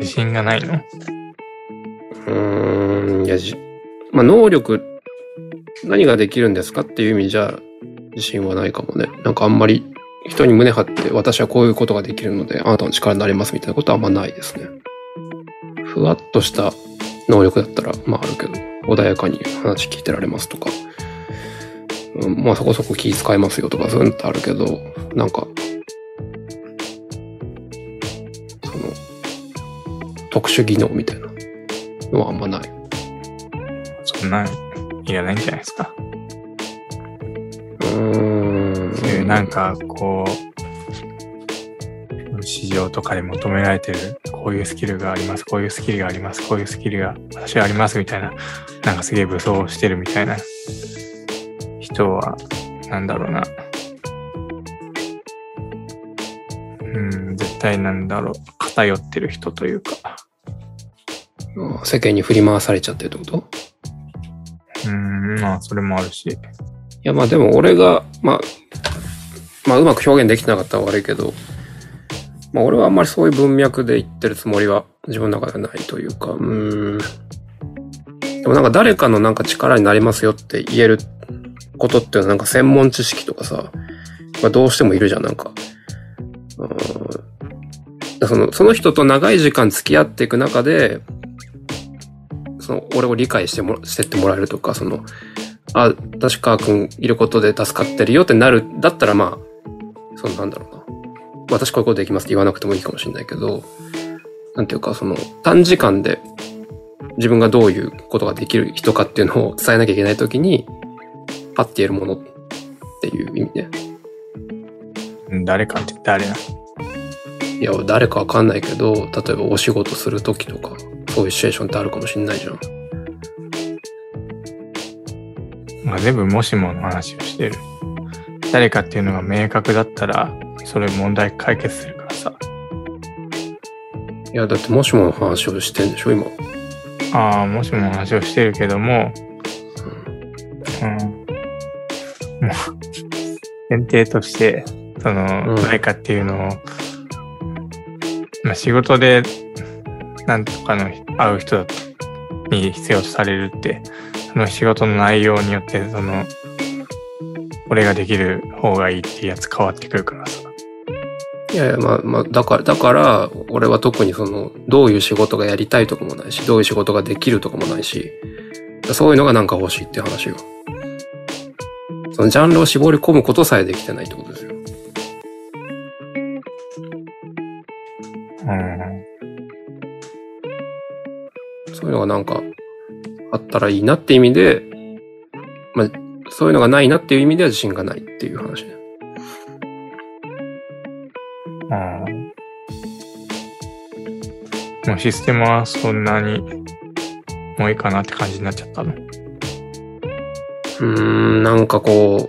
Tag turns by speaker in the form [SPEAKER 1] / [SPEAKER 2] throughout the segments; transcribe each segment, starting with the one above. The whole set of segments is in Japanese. [SPEAKER 1] 自信がないの
[SPEAKER 2] うーん、いや、じまあ、能力、何ができるんですかっていう意味じゃ、自信はないかもね。なんかあんまり人に胸張って、私はこういうことができるので、あなたの力になれますみたいなことはあんまないですね。ふわっとした能力だったら、まああるけど、穏やかに話聞いてられますとか、うん、まあそこそこ気遣いますよとか、そういうのってあるけど、なんか、その、特殊技能みたいなのはあんまない。
[SPEAKER 1] そんなんいらないんじゃないですか。
[SPEAKER 2] うーん。
[SPEAKER 1] そういうなんかこう、市場とかで求められてる、こういうスキルがあります、こういうスキルがあります、こういうスキルが私はありますみたいな、なんかすげえ武装してるみたいな人は、なんだろうな。うん、絶対なんだろう、偏ってる人というか、
[SPEAKER 2] あ世間に振り回されちゃってるってこと
[SPEAKER 1] うん、まあそれもあるし、
[SPEAKER 2] いや、まあでも俺が、まあ、まあうまく表現できてなかったら悪いけど、まあ俺はあんまりそういう文脈で言ってるつもりは自分の中ではないというか、うーん。でもなんか誰かのなんか力になりますよって言えることっていうのはなんか専門知識とかさ、まあどうしてもいるじゃん、なんか。うーんその、その人と長い時間付き合っていく中で、その、俺を理解してもら、してってもらえるとか、その、あ、確か君いることで助かってるよってなる、だったらまあ、そのなんだろうな。私こういうことできますって言わなくてもいいかもしれないけど、なんていうかその短時間で自分がどういうことができる人かっていうのを 伝えなきゃいけないときに、パッて言えるものっていう意味で。
[SPEAKER 1] うん誰かって誰なの
[SPEAKER 2] いや、誰かわかんないけど、例えばお仕事するときとか、そういうシチュエーションってあるかもしれないじゃん。
[SPEAKER 1] まあ、全部もしもの話をしてる。誰かっていうのが明確だったら、それ問題解決するからさ。
[SPEAKER 2] いや、だってもしもの話をしてんでしょ、今。
[SPEAKER 1] ああ、もしもの話をしてるけども、うん。もう、前提として、その、
[SPEAKER 2] うん
[SPEAKER 1] 誰かっていうのを、まあ、仕事で、なんとかの会う人に必要とされるって、その仕事の内容によって、その、俺ができる方がいいってやつ変わってくるからさ。
[SPEAKER 2] いやいや、まあまあ、だから、だから、俺は特にその、どういう仕事がやりたいとかもないし、どういう仕事ができるとかもないし、そういうのがなんか欲しいっていう話よ。そのジャンルを絞り込むことさえできてないってことですよ。
[SPEAKER 1] うん。
[SPEAKER 2] そういうのがなんか、あったらいいなって意味で、まあ、そういうのがないなっていう意味では自信がないっていう話ね。
[SPEAKER 1] うん。もうシステムはそんなにもういいかなって感じになっちゃったの。
[SPEAKER 2] うーん、なんかこう、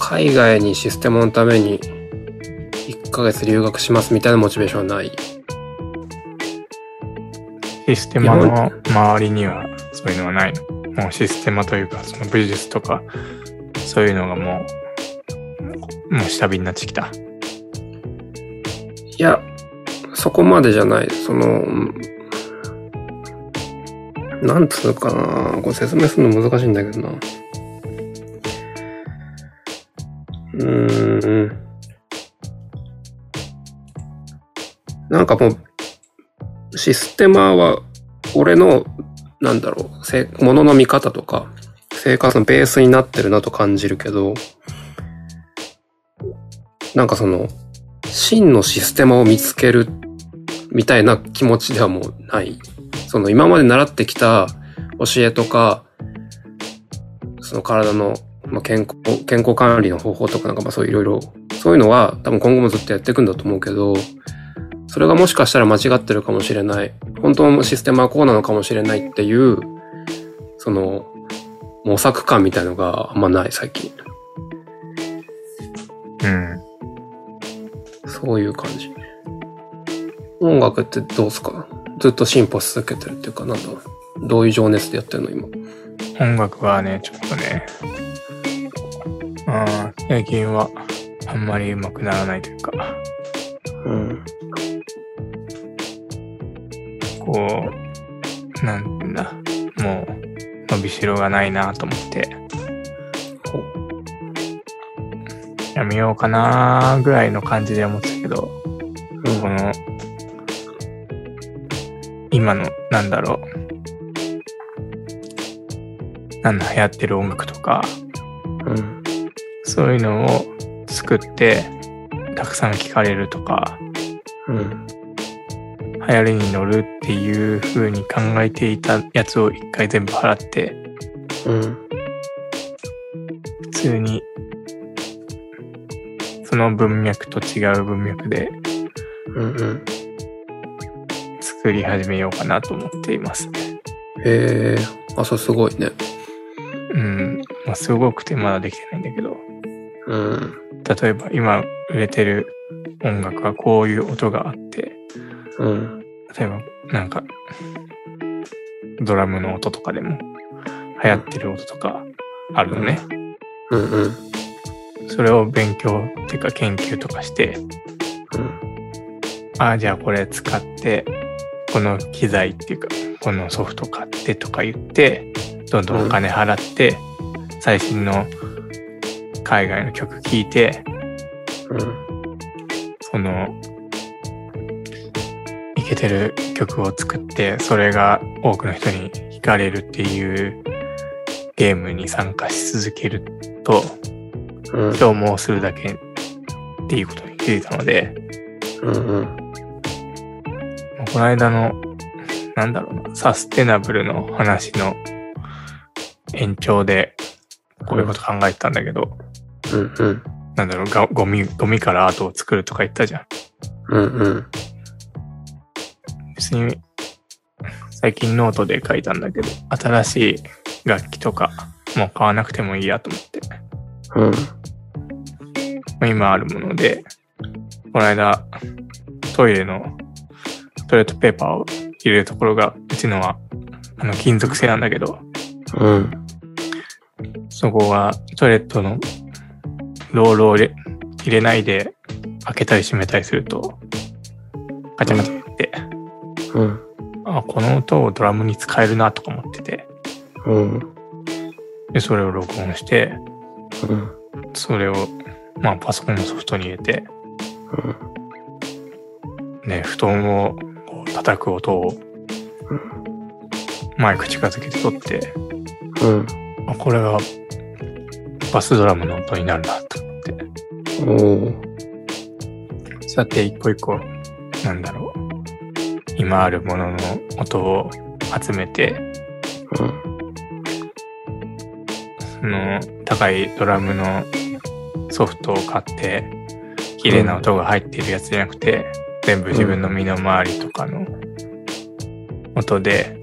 [SPEAKER 2] 海外にシステムのために、1ヶ月留学しますみたいなモチベーションはない。
[SPEAKER 1] システマの周りにはそういうのはないの。もうシステマというか、その美術とか、そういうのがもう、もう下火になってきた。
[SPEAKER 2] いや、そこまでじゃない。その、うんなんつうのかな。これ説明するの難しいんだけどな。うーん。なんかもう、システマは、俺の、なんだろう、せ物の見方とか、生活のベースになってるなと感じるけど、なんかその、真のシステマを見つけるみたいな気持ちではもうない。その今まで習ってきた教えとか、その体の、まあ、健康、健康管理の方法とかなんかまあそういろいろ、そういうのは多分今後もずっとやっていくんだと思うけど、それがもしかしたら間違ってるかもしれない。本当のシステムはこうなのかもしれないっていう、その、模索感みたいのがあんまない最近。
[SPEAKER 1] うん。
[SPEAKER 2] そういう感じ。音楽ってどうすかずっと進歩し続けてるっていうか、なんだろうどういう情熱でやってるの今。
[SPEAKER 1] 音楽はね、ちょっとね、うん、最近はあんまり上手くならないというか、
[SPEAKER 2] うん。
[SPEAKER 1] こう、なんていうんだ、もう、伸びしろがないなと思って、
[SPEAKER 2] ほう
[SPEAKER 1] やめようかなぐらいの感じで思ってたけど、
[SPEAKER 2] うん
[SPEAKER 1] この、今の、なんだろう、なんだ、流行ってる音楽とか、
[SPEAKER 2] うん
[SPEAKER 1] そういうのを作って、たくさん聞かれるとか、
[SPEAKER 2] うん
[SPEAKER 1] 流行りに乗るっていう風に考えていたやつを一回全部払って、
[SPEAKER 2] うん
[SPEAKER 1] 普通に、その文脈と違う文脈で
[SPEAKER 2] うんうん
[SPEAKER 1] 作り始めようかなと思っていますね。
[SPEAKER 2] へえあそうすごいね
[SPEAKER 1] うん。まあ、すごくてまだできてないんだけど、
[SPEAKER 2] うん
[SPEAKER 1] 例えば今売れてる音楽はこういう音があって、
[SPEAKER 2] うん
[SPEAKER 1] 例えばなんかドラムの音とかでも流行ってる音とかあるのね、
[SPEAKER 2] うんうん
[SPEAKER 1] それを勉強っていうか研究とかして
[SPEAKER 2] うん
[SPEAKER 1] ああじゃあこれ使ってこの機材っていうかこのソフト買ってとか言ってどんどんお金払って最新の海外の曲聴いて
[SPEAKER 2] うん
[SPEAKER 1] そのイケてる曲を作ってそれが多くの人に惹かれるっていうゲームに参加し続けると
[SPEAKER 2] うん
[SPEAKER 1] 消耗するだけっていうことに気づいたので
[SPEAKER 2] うんうん
[SPEAKER 1] まあこの間のなんだろうなサステナブルの話の延長でこういうこと考えてたんだけど、
[SPEAKER 2] うんうん
[SPEAKER 1] なんだろうがゴミゴミからアートを作るとか言ったじゃん
[SPEAKER 2] うんうん
[SPEAKER 1] 別に最近ノートで書いたんだけど新しい楽器とかもう買わなくてもいいやと思って
[SPEAKER 2] うん
[SPEAKER 1] まあ今あるものでこの間トイレのトイレットペーパーを入れるところがうちのはあの金属製なんだけど
[SPEAKER 2] うん
[SPEAKER 1] そこはトイレットのロールを入れ入れないで開けたり閉めたりするとガチャガチャって、
[SPEAKER 2] うん
[SPEAKER 1] あこの音をドラムに使えるなとか思ってて
[SPEAKER 2] うん
[SPEAKER 1] でそれを録音して
[SPEAKER 2] うん
[SPEAKER 1] それを、まあ、パソコンのソフトに入れて、ね、布団をこう叩く音をマイク近づけて撮って、
[SPEAKER 2] うん
[SPEAKER 1] あこれがバスドラムの音になるなと思って、
[SPEAKER 2] おー
[SPEAKER 1] そうやって一個一個、なんだろう、今あるものの音を集めて、
[SPEAKER 2] うん
[SPEAKER 1] その高いドラムのソフトを買って、綺麗な音が入っているやつじゃなくて、全部自分の身の回りとかの音で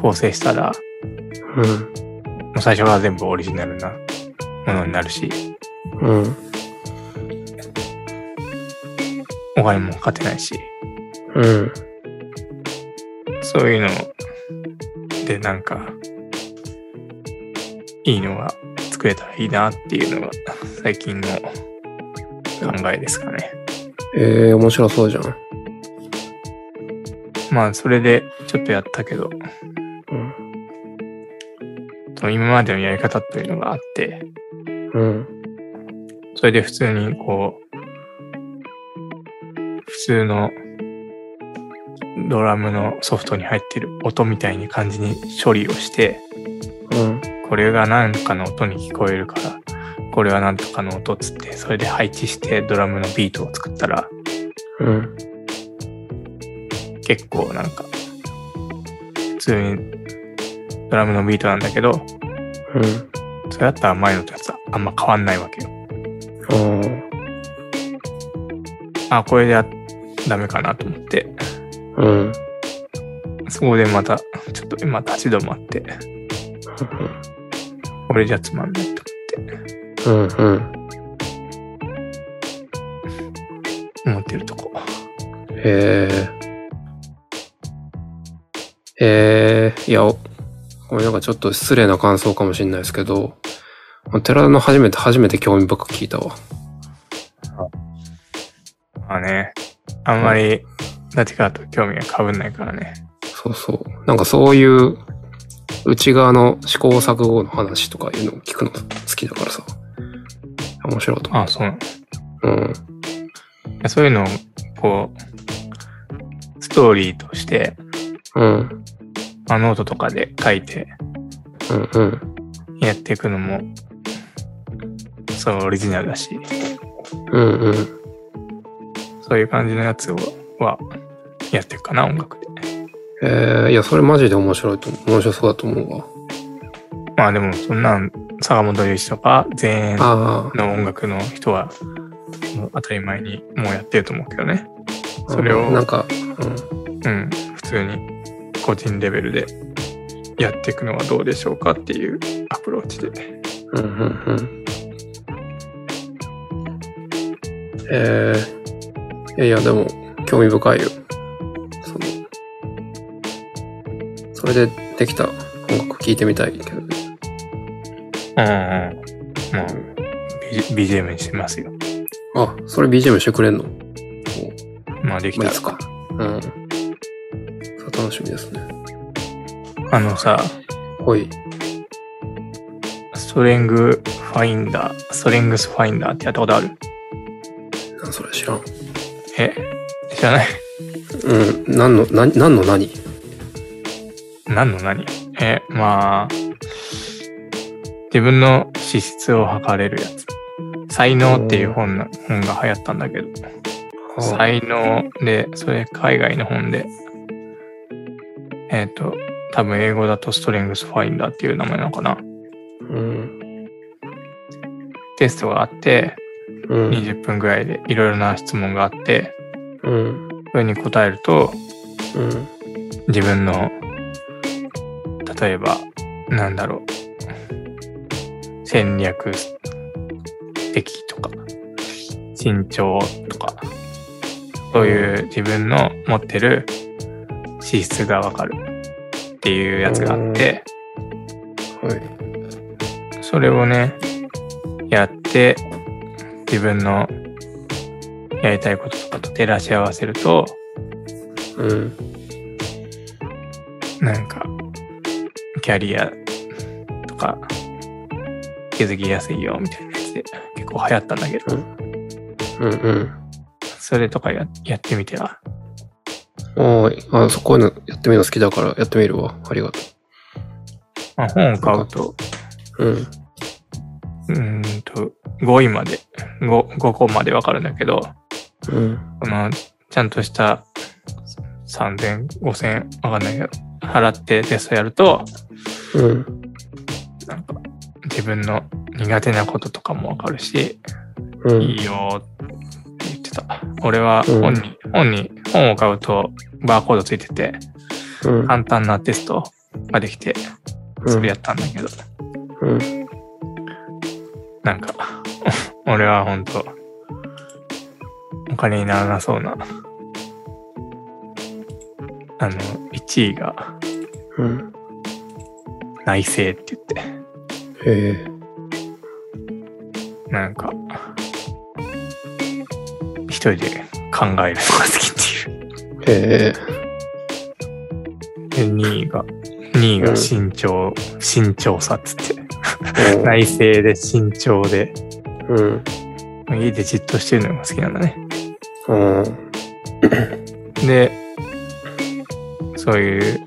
[SPEAKER 1] 構成したら、
[SPEAKER 2] うん
[SPEAKER 1] もう最初から全部オリジナルなものになるし、
[SPEAKER 2] うん
[SPEAKER 1] お金もかかってないし、
[SPEAKER 2] うん
[SPEAKER 1] そういうのでなんか、いいのが作れたらいいなっていうのが最近の考えですかね。
[SPEAKER 2] ええー、面白そうじゃん。
[SPEAKER 1] まあそれでちょっとやったけど、
[SPEAKER 2] うん。
[SPEAKER 1] その今までのやり方というのがあって、
[SPEAKER 2] うん。
[SPEAKER 1] それで普通にこう、普通のドラムのソフトに入ってる音みたいに感じに処理をして、
[SPEAKER 2] うん。
[SPEAKER 1] これが何かの音に聞こえるから、これは何とかの音っつって、それで配置してドラムのビートを作ったら、
[SPEAKER 2] うん。
[SPEAKER 1] 結構なんか、普通にドラムのビートなんだけど、
[SPEAKER 2] うん。
[SPEAKER 1] それだったら前のやつはあんま変わんないわけよ。
[SPEAKER 2] あー
[SPEAKER 1] あ、これでダメかなと思って、
[SPEAKER 2] うん。
[SPEAKER 1] そこでまた、ちょっと今立ち止まって、これじゃつまんないと
[SPEAKER 2] うん。うん。
[SPEAKER 1] 思ってるとこ。
[SPEAKER 2] ええー。ええー、いや、おこれなんかちょっと失礼な感想かもしれないですけど、寺田の初めて、初めて興味深く聞いたわ。
[SPEAKER 1] まあね、あんまりダティカと興味がかぶんないからね。
[SPEAKER 2] そうそう。なんかそういう内側の試行錯誤の話とかいうのを聞くの好きだからさ。面白いと思
[SPEAKER 1] ああ、そうなの
[SPEAKER 2] う。うん。
[SPEAKER 1] いやそういうのを、こう、ストーリーとして、
[SPEAKER 2] うん。
[SPEAKER 1] まあ、ノートとかで書いて
[SPEAKER 2] うんうん。
[SPEAKER 1] やっていくのも、そう、オリジナルだし、
[SPEAKER 2] うんうん。
[SPEAKER 1] そういう感じのやつをは、やっていくかな、音楽で。
[SPEAKER 2] えー、いや、それマジで面白いと思う。面白そうだと思うわ。
[SPEAKER 1] まあでも、そんなん、坂本龍一とか、全員
[SPEAKER 2] あ
[SPEAKER 1] の音楽の人は、もう当たり前にもうやってると思うけどね。
[SPEAKER 2] あ。
[SPEAKER 1] それを
[SPEAKER 2] なんか、うん。
[SPEAKER 1] うん、普通に個人レベルでやっていくのはどうでしょうかっていうアプローチで。
[SPEAKER 2] うんうんうん。えー、いやいや、でも、興味深いよ。その、それでできた音楽聴いてみたいけどね。
[SPEAKER 1] うん、うん。もう、B- BGM にしてますよ。
[SPEAKER 2] あ、それ BGM してくれんの
[SPEAKER 1] まあでき
[SPEAKER 2] ま
[SPEAKER 1] た
[SPEAKER 2] あ、い
[SPEAKER 1] ら
[SPEAKER 2] つ。か。うん。それ楽しみですね。
[SPEAKER 1] あのさ、
[SPEAKER 2] ほい。
[SPEAKER 1] ストレングファインダー、ストレングスファインダーってやったことある
[SPEAKER 2] なんそれ知らん。
[SPEAKER 1] え知らない
[SPEAKER 2] うん。何の、何、何の何
[SPEAKER 1] 何の何え、まあ、自分の資質を測れるやつ。才能っていう本の本が流行ったんだけど、
[SPEAKER 2] い。
[SPEAKER 1] 才能で、それ海外の本で、えっ、と、多分英語だとストレングスファインダーっていう名前なのかな。
[SPEAKER 2] うん。
[SPEAKER 1] テストがあって、
[SPEAKER 2] うん。
[SPEAKER 1] 20分ぐらいでいろいろな質問があって、
[SPEAKER 2] うん。
[SPEAKER 1] それに答えると、
[SPEAKER 2] うん。
[SPEAKER 1] 自分の、例えば、なんだろう、戦略的とか、身長とか、そういう自分の持ってる資質がわかるっていうやつがあって、
[SPEAKER 2] はい。
[SPEAKER 1] それをね、やって、自分のやりたいこととかと照らし合わせると、
[SPEAKER 2] うん。
[SPEAKER 1] なんか、キャリアとか、気づきやすいよみたいなやつで、結構流行ったんだけど、
[SPEAKER 2] うんうん。
[SPEAKER 1] それとかややってみては、
[SPEAKER 2] おーい。あ、そうこういうのやってみるの好きだからやってみるわ。ありがと
[SPEAKER 1] まあ、本を買うと、
[SPEAKER 2] う。うん。
[SPEAKER 1] うーんと、5位まで、5, 5個までわかるんだけど、
[SPEAKER 2] うん。
[SPEAKER 1] この、ちゃんとした3000、5000、わかんないけど、払ってテストやると、
[SPEAKER 2] うん。
[SPEAKER 1] なんか、自分の苦手なこととかもわかるし、
[SPEAKER 2] うん。
[SPEAKER 1] いいよって言ってた。俺は
[SPEAKER 2] うん
[SPEAKER 1] 本に、本に、本を買うとバーコードついてて、
[SPEAKER 2] うん。
[SPEAKER 1] 簡単なテストができて、
[SPEAKER 2] うん
[SPEAKER 1] それやったんだけど、
[SPEAKER 2] うん。
[SPEAKER 1] なんか、 俺は本当お金にならなそうな、あの、1位が
[SPEAKER 2] うん。
[SPEAKER 1] 内政って言っ
[SPEAKER 2] へえ。
[SPEAKER 1] て、なんか、一人で考えるのが好きっていう。
[SPEAKER 2] へ
[SPEAKER 1] で、
[SPEAKER 2] え。
[SPEAKER 1] 2位が、2位が身長、身長差っつって。
[SPEAKER 2] おー
[SPEAKER 1] 内政で身長で、
[SPEAKER 2] うん。
[SPEAKER 1] 家でじっとしてるのが好きなんだね。
[SPEAKER 2] うん。
[SPEAKER 1] で、そういう、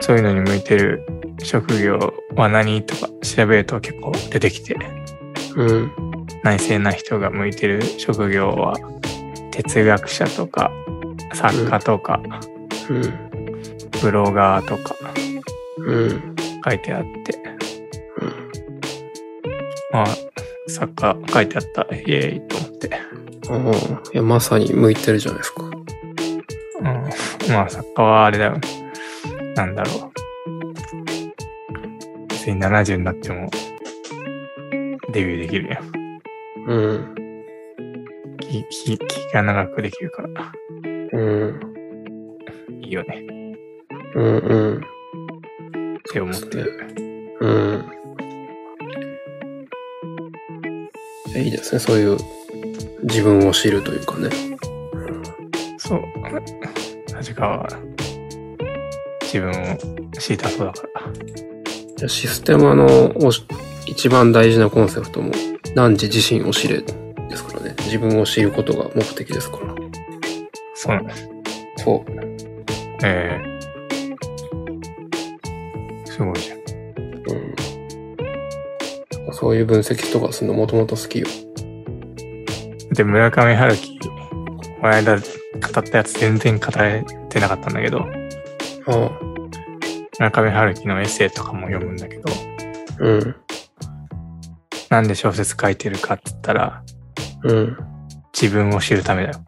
[SPEAKER 1] そういうのに向いてる職業は何とか調べると結構出てきて、
[SPEAKER 2] うん。
[SPEAKER 1] 内政な人が向いてる職業は、哲学者とか、作家とか、
[SPEAKER 2] うん。
[SPEAKER 1] ブロガーとか
[SPEAKER 2] うん。
[SPEAKER 1] 書いてあって、まあ、サッカー書いてあった、イエーイと思って。
[SPEAKER 2] うん。いや、まさに向いてるじゃないですか。
[SPEAKER 1] うん、まあ、サッカーはあれだよね。なんだろう。別に70になっても、デビューできるやん。
[SPEAKER 2] うん。
[SPEAKER 1] 気、気、気が長くできるから、
[SPEAKER 2] うん。
[SPEAKER 1] いいよね。
[SPEAKER 2] うん。うん。
[SPEAKER 1] って思ってる。
[SPEAKER 2] うん。いやいいですね。そういう自分を知るというかね。
[SPEAKER 1] そう。立川は、自分を知りたそうだから。
[SPEAKER 2] いやシステムのおし一番大事なコンセプトも、何時自身を知れですからね。自分を知ることが目的ですから。
[SPEAKER 1] そうなんです。
[SPEAKER 2] そう。
[SPEAKER 1] ええすごいじゃん。
[SPEAKER 2] うん、そういう分析とかするのもともと好きよ。
[SPEAKER 1] で、村上春樹、この間語ったやつ全然語れてなかったんだけど、
[SPEAKER 2] ああ。
[SPEAKER 1] 村上春樹のエッセイとかも読むんだけど、
[SPEAKER 2] うん。
[SPEAKER 1] なんで小説書いてるかって言ったら、
[SPEAKER 2] うん。
[SPEAKER 1] 自分を知るためだよ。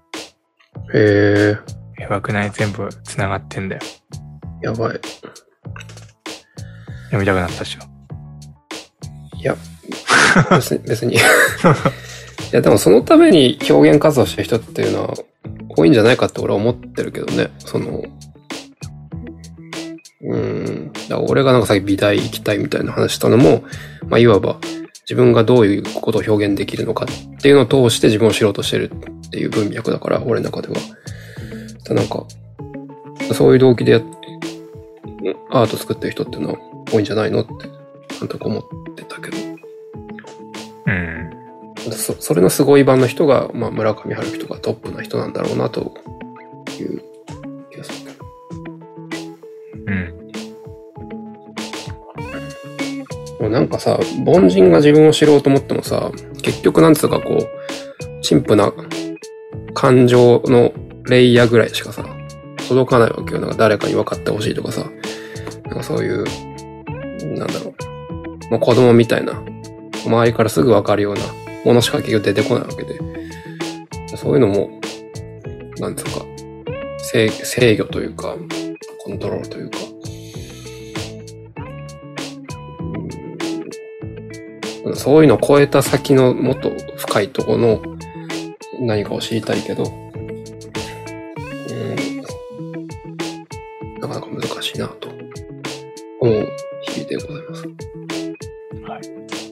[SPEAKER 2] へえ。
[SPEAKER 1] やばくない全部繋がってんだよ。
[SPEAKER 2] やばい。
[SPEAKER 1] 読みたくなったでしょ。
[SPEAKER 2] いや、別に、別に。いや、でもそのために表現活動してる人っていうのは多いんじゃないかって俺は思ってるけどね。その、うん。だから俺がなんかさっき美大行きたいみたいな話したのも、まあいわば自分がどういうことを表現できるのかっていうのを通して自分を知ろうとしてるっていう文脈だから、俺の中では。だなんか、そういう動機でやっアート作ってる人っていうのは多いんじゃないのって、なんとか思ってたけど。
[SPEAKER 1] うん。
[SPEAKER 2] そそれのすごい版の人が、まあ、村上春樹とかトップな人なんだろうなという気がする。
[SPEAKER 1] うん。
[SPEAKER 2] もうなんかさ、凡人が自分を知ろうと思ってもさ、結局なんつうかこう、陳腐な感情のレイヤーぐらいしかさ、届かないわけよ。なんか誰かに分かってほしいとかさ、なんかそういう、なんだろう、もう子供みたいな、周りからすぐ分かるようなものしか結局出てこないわけで、そういうのも、なんつうか、制制御というか、コントロールというか、うんそういうのを超えた先のもっと深いところの何かを知りたいけど、うん、なかなか難しいなと思う日々でございます。
[SPEAKER 1] はい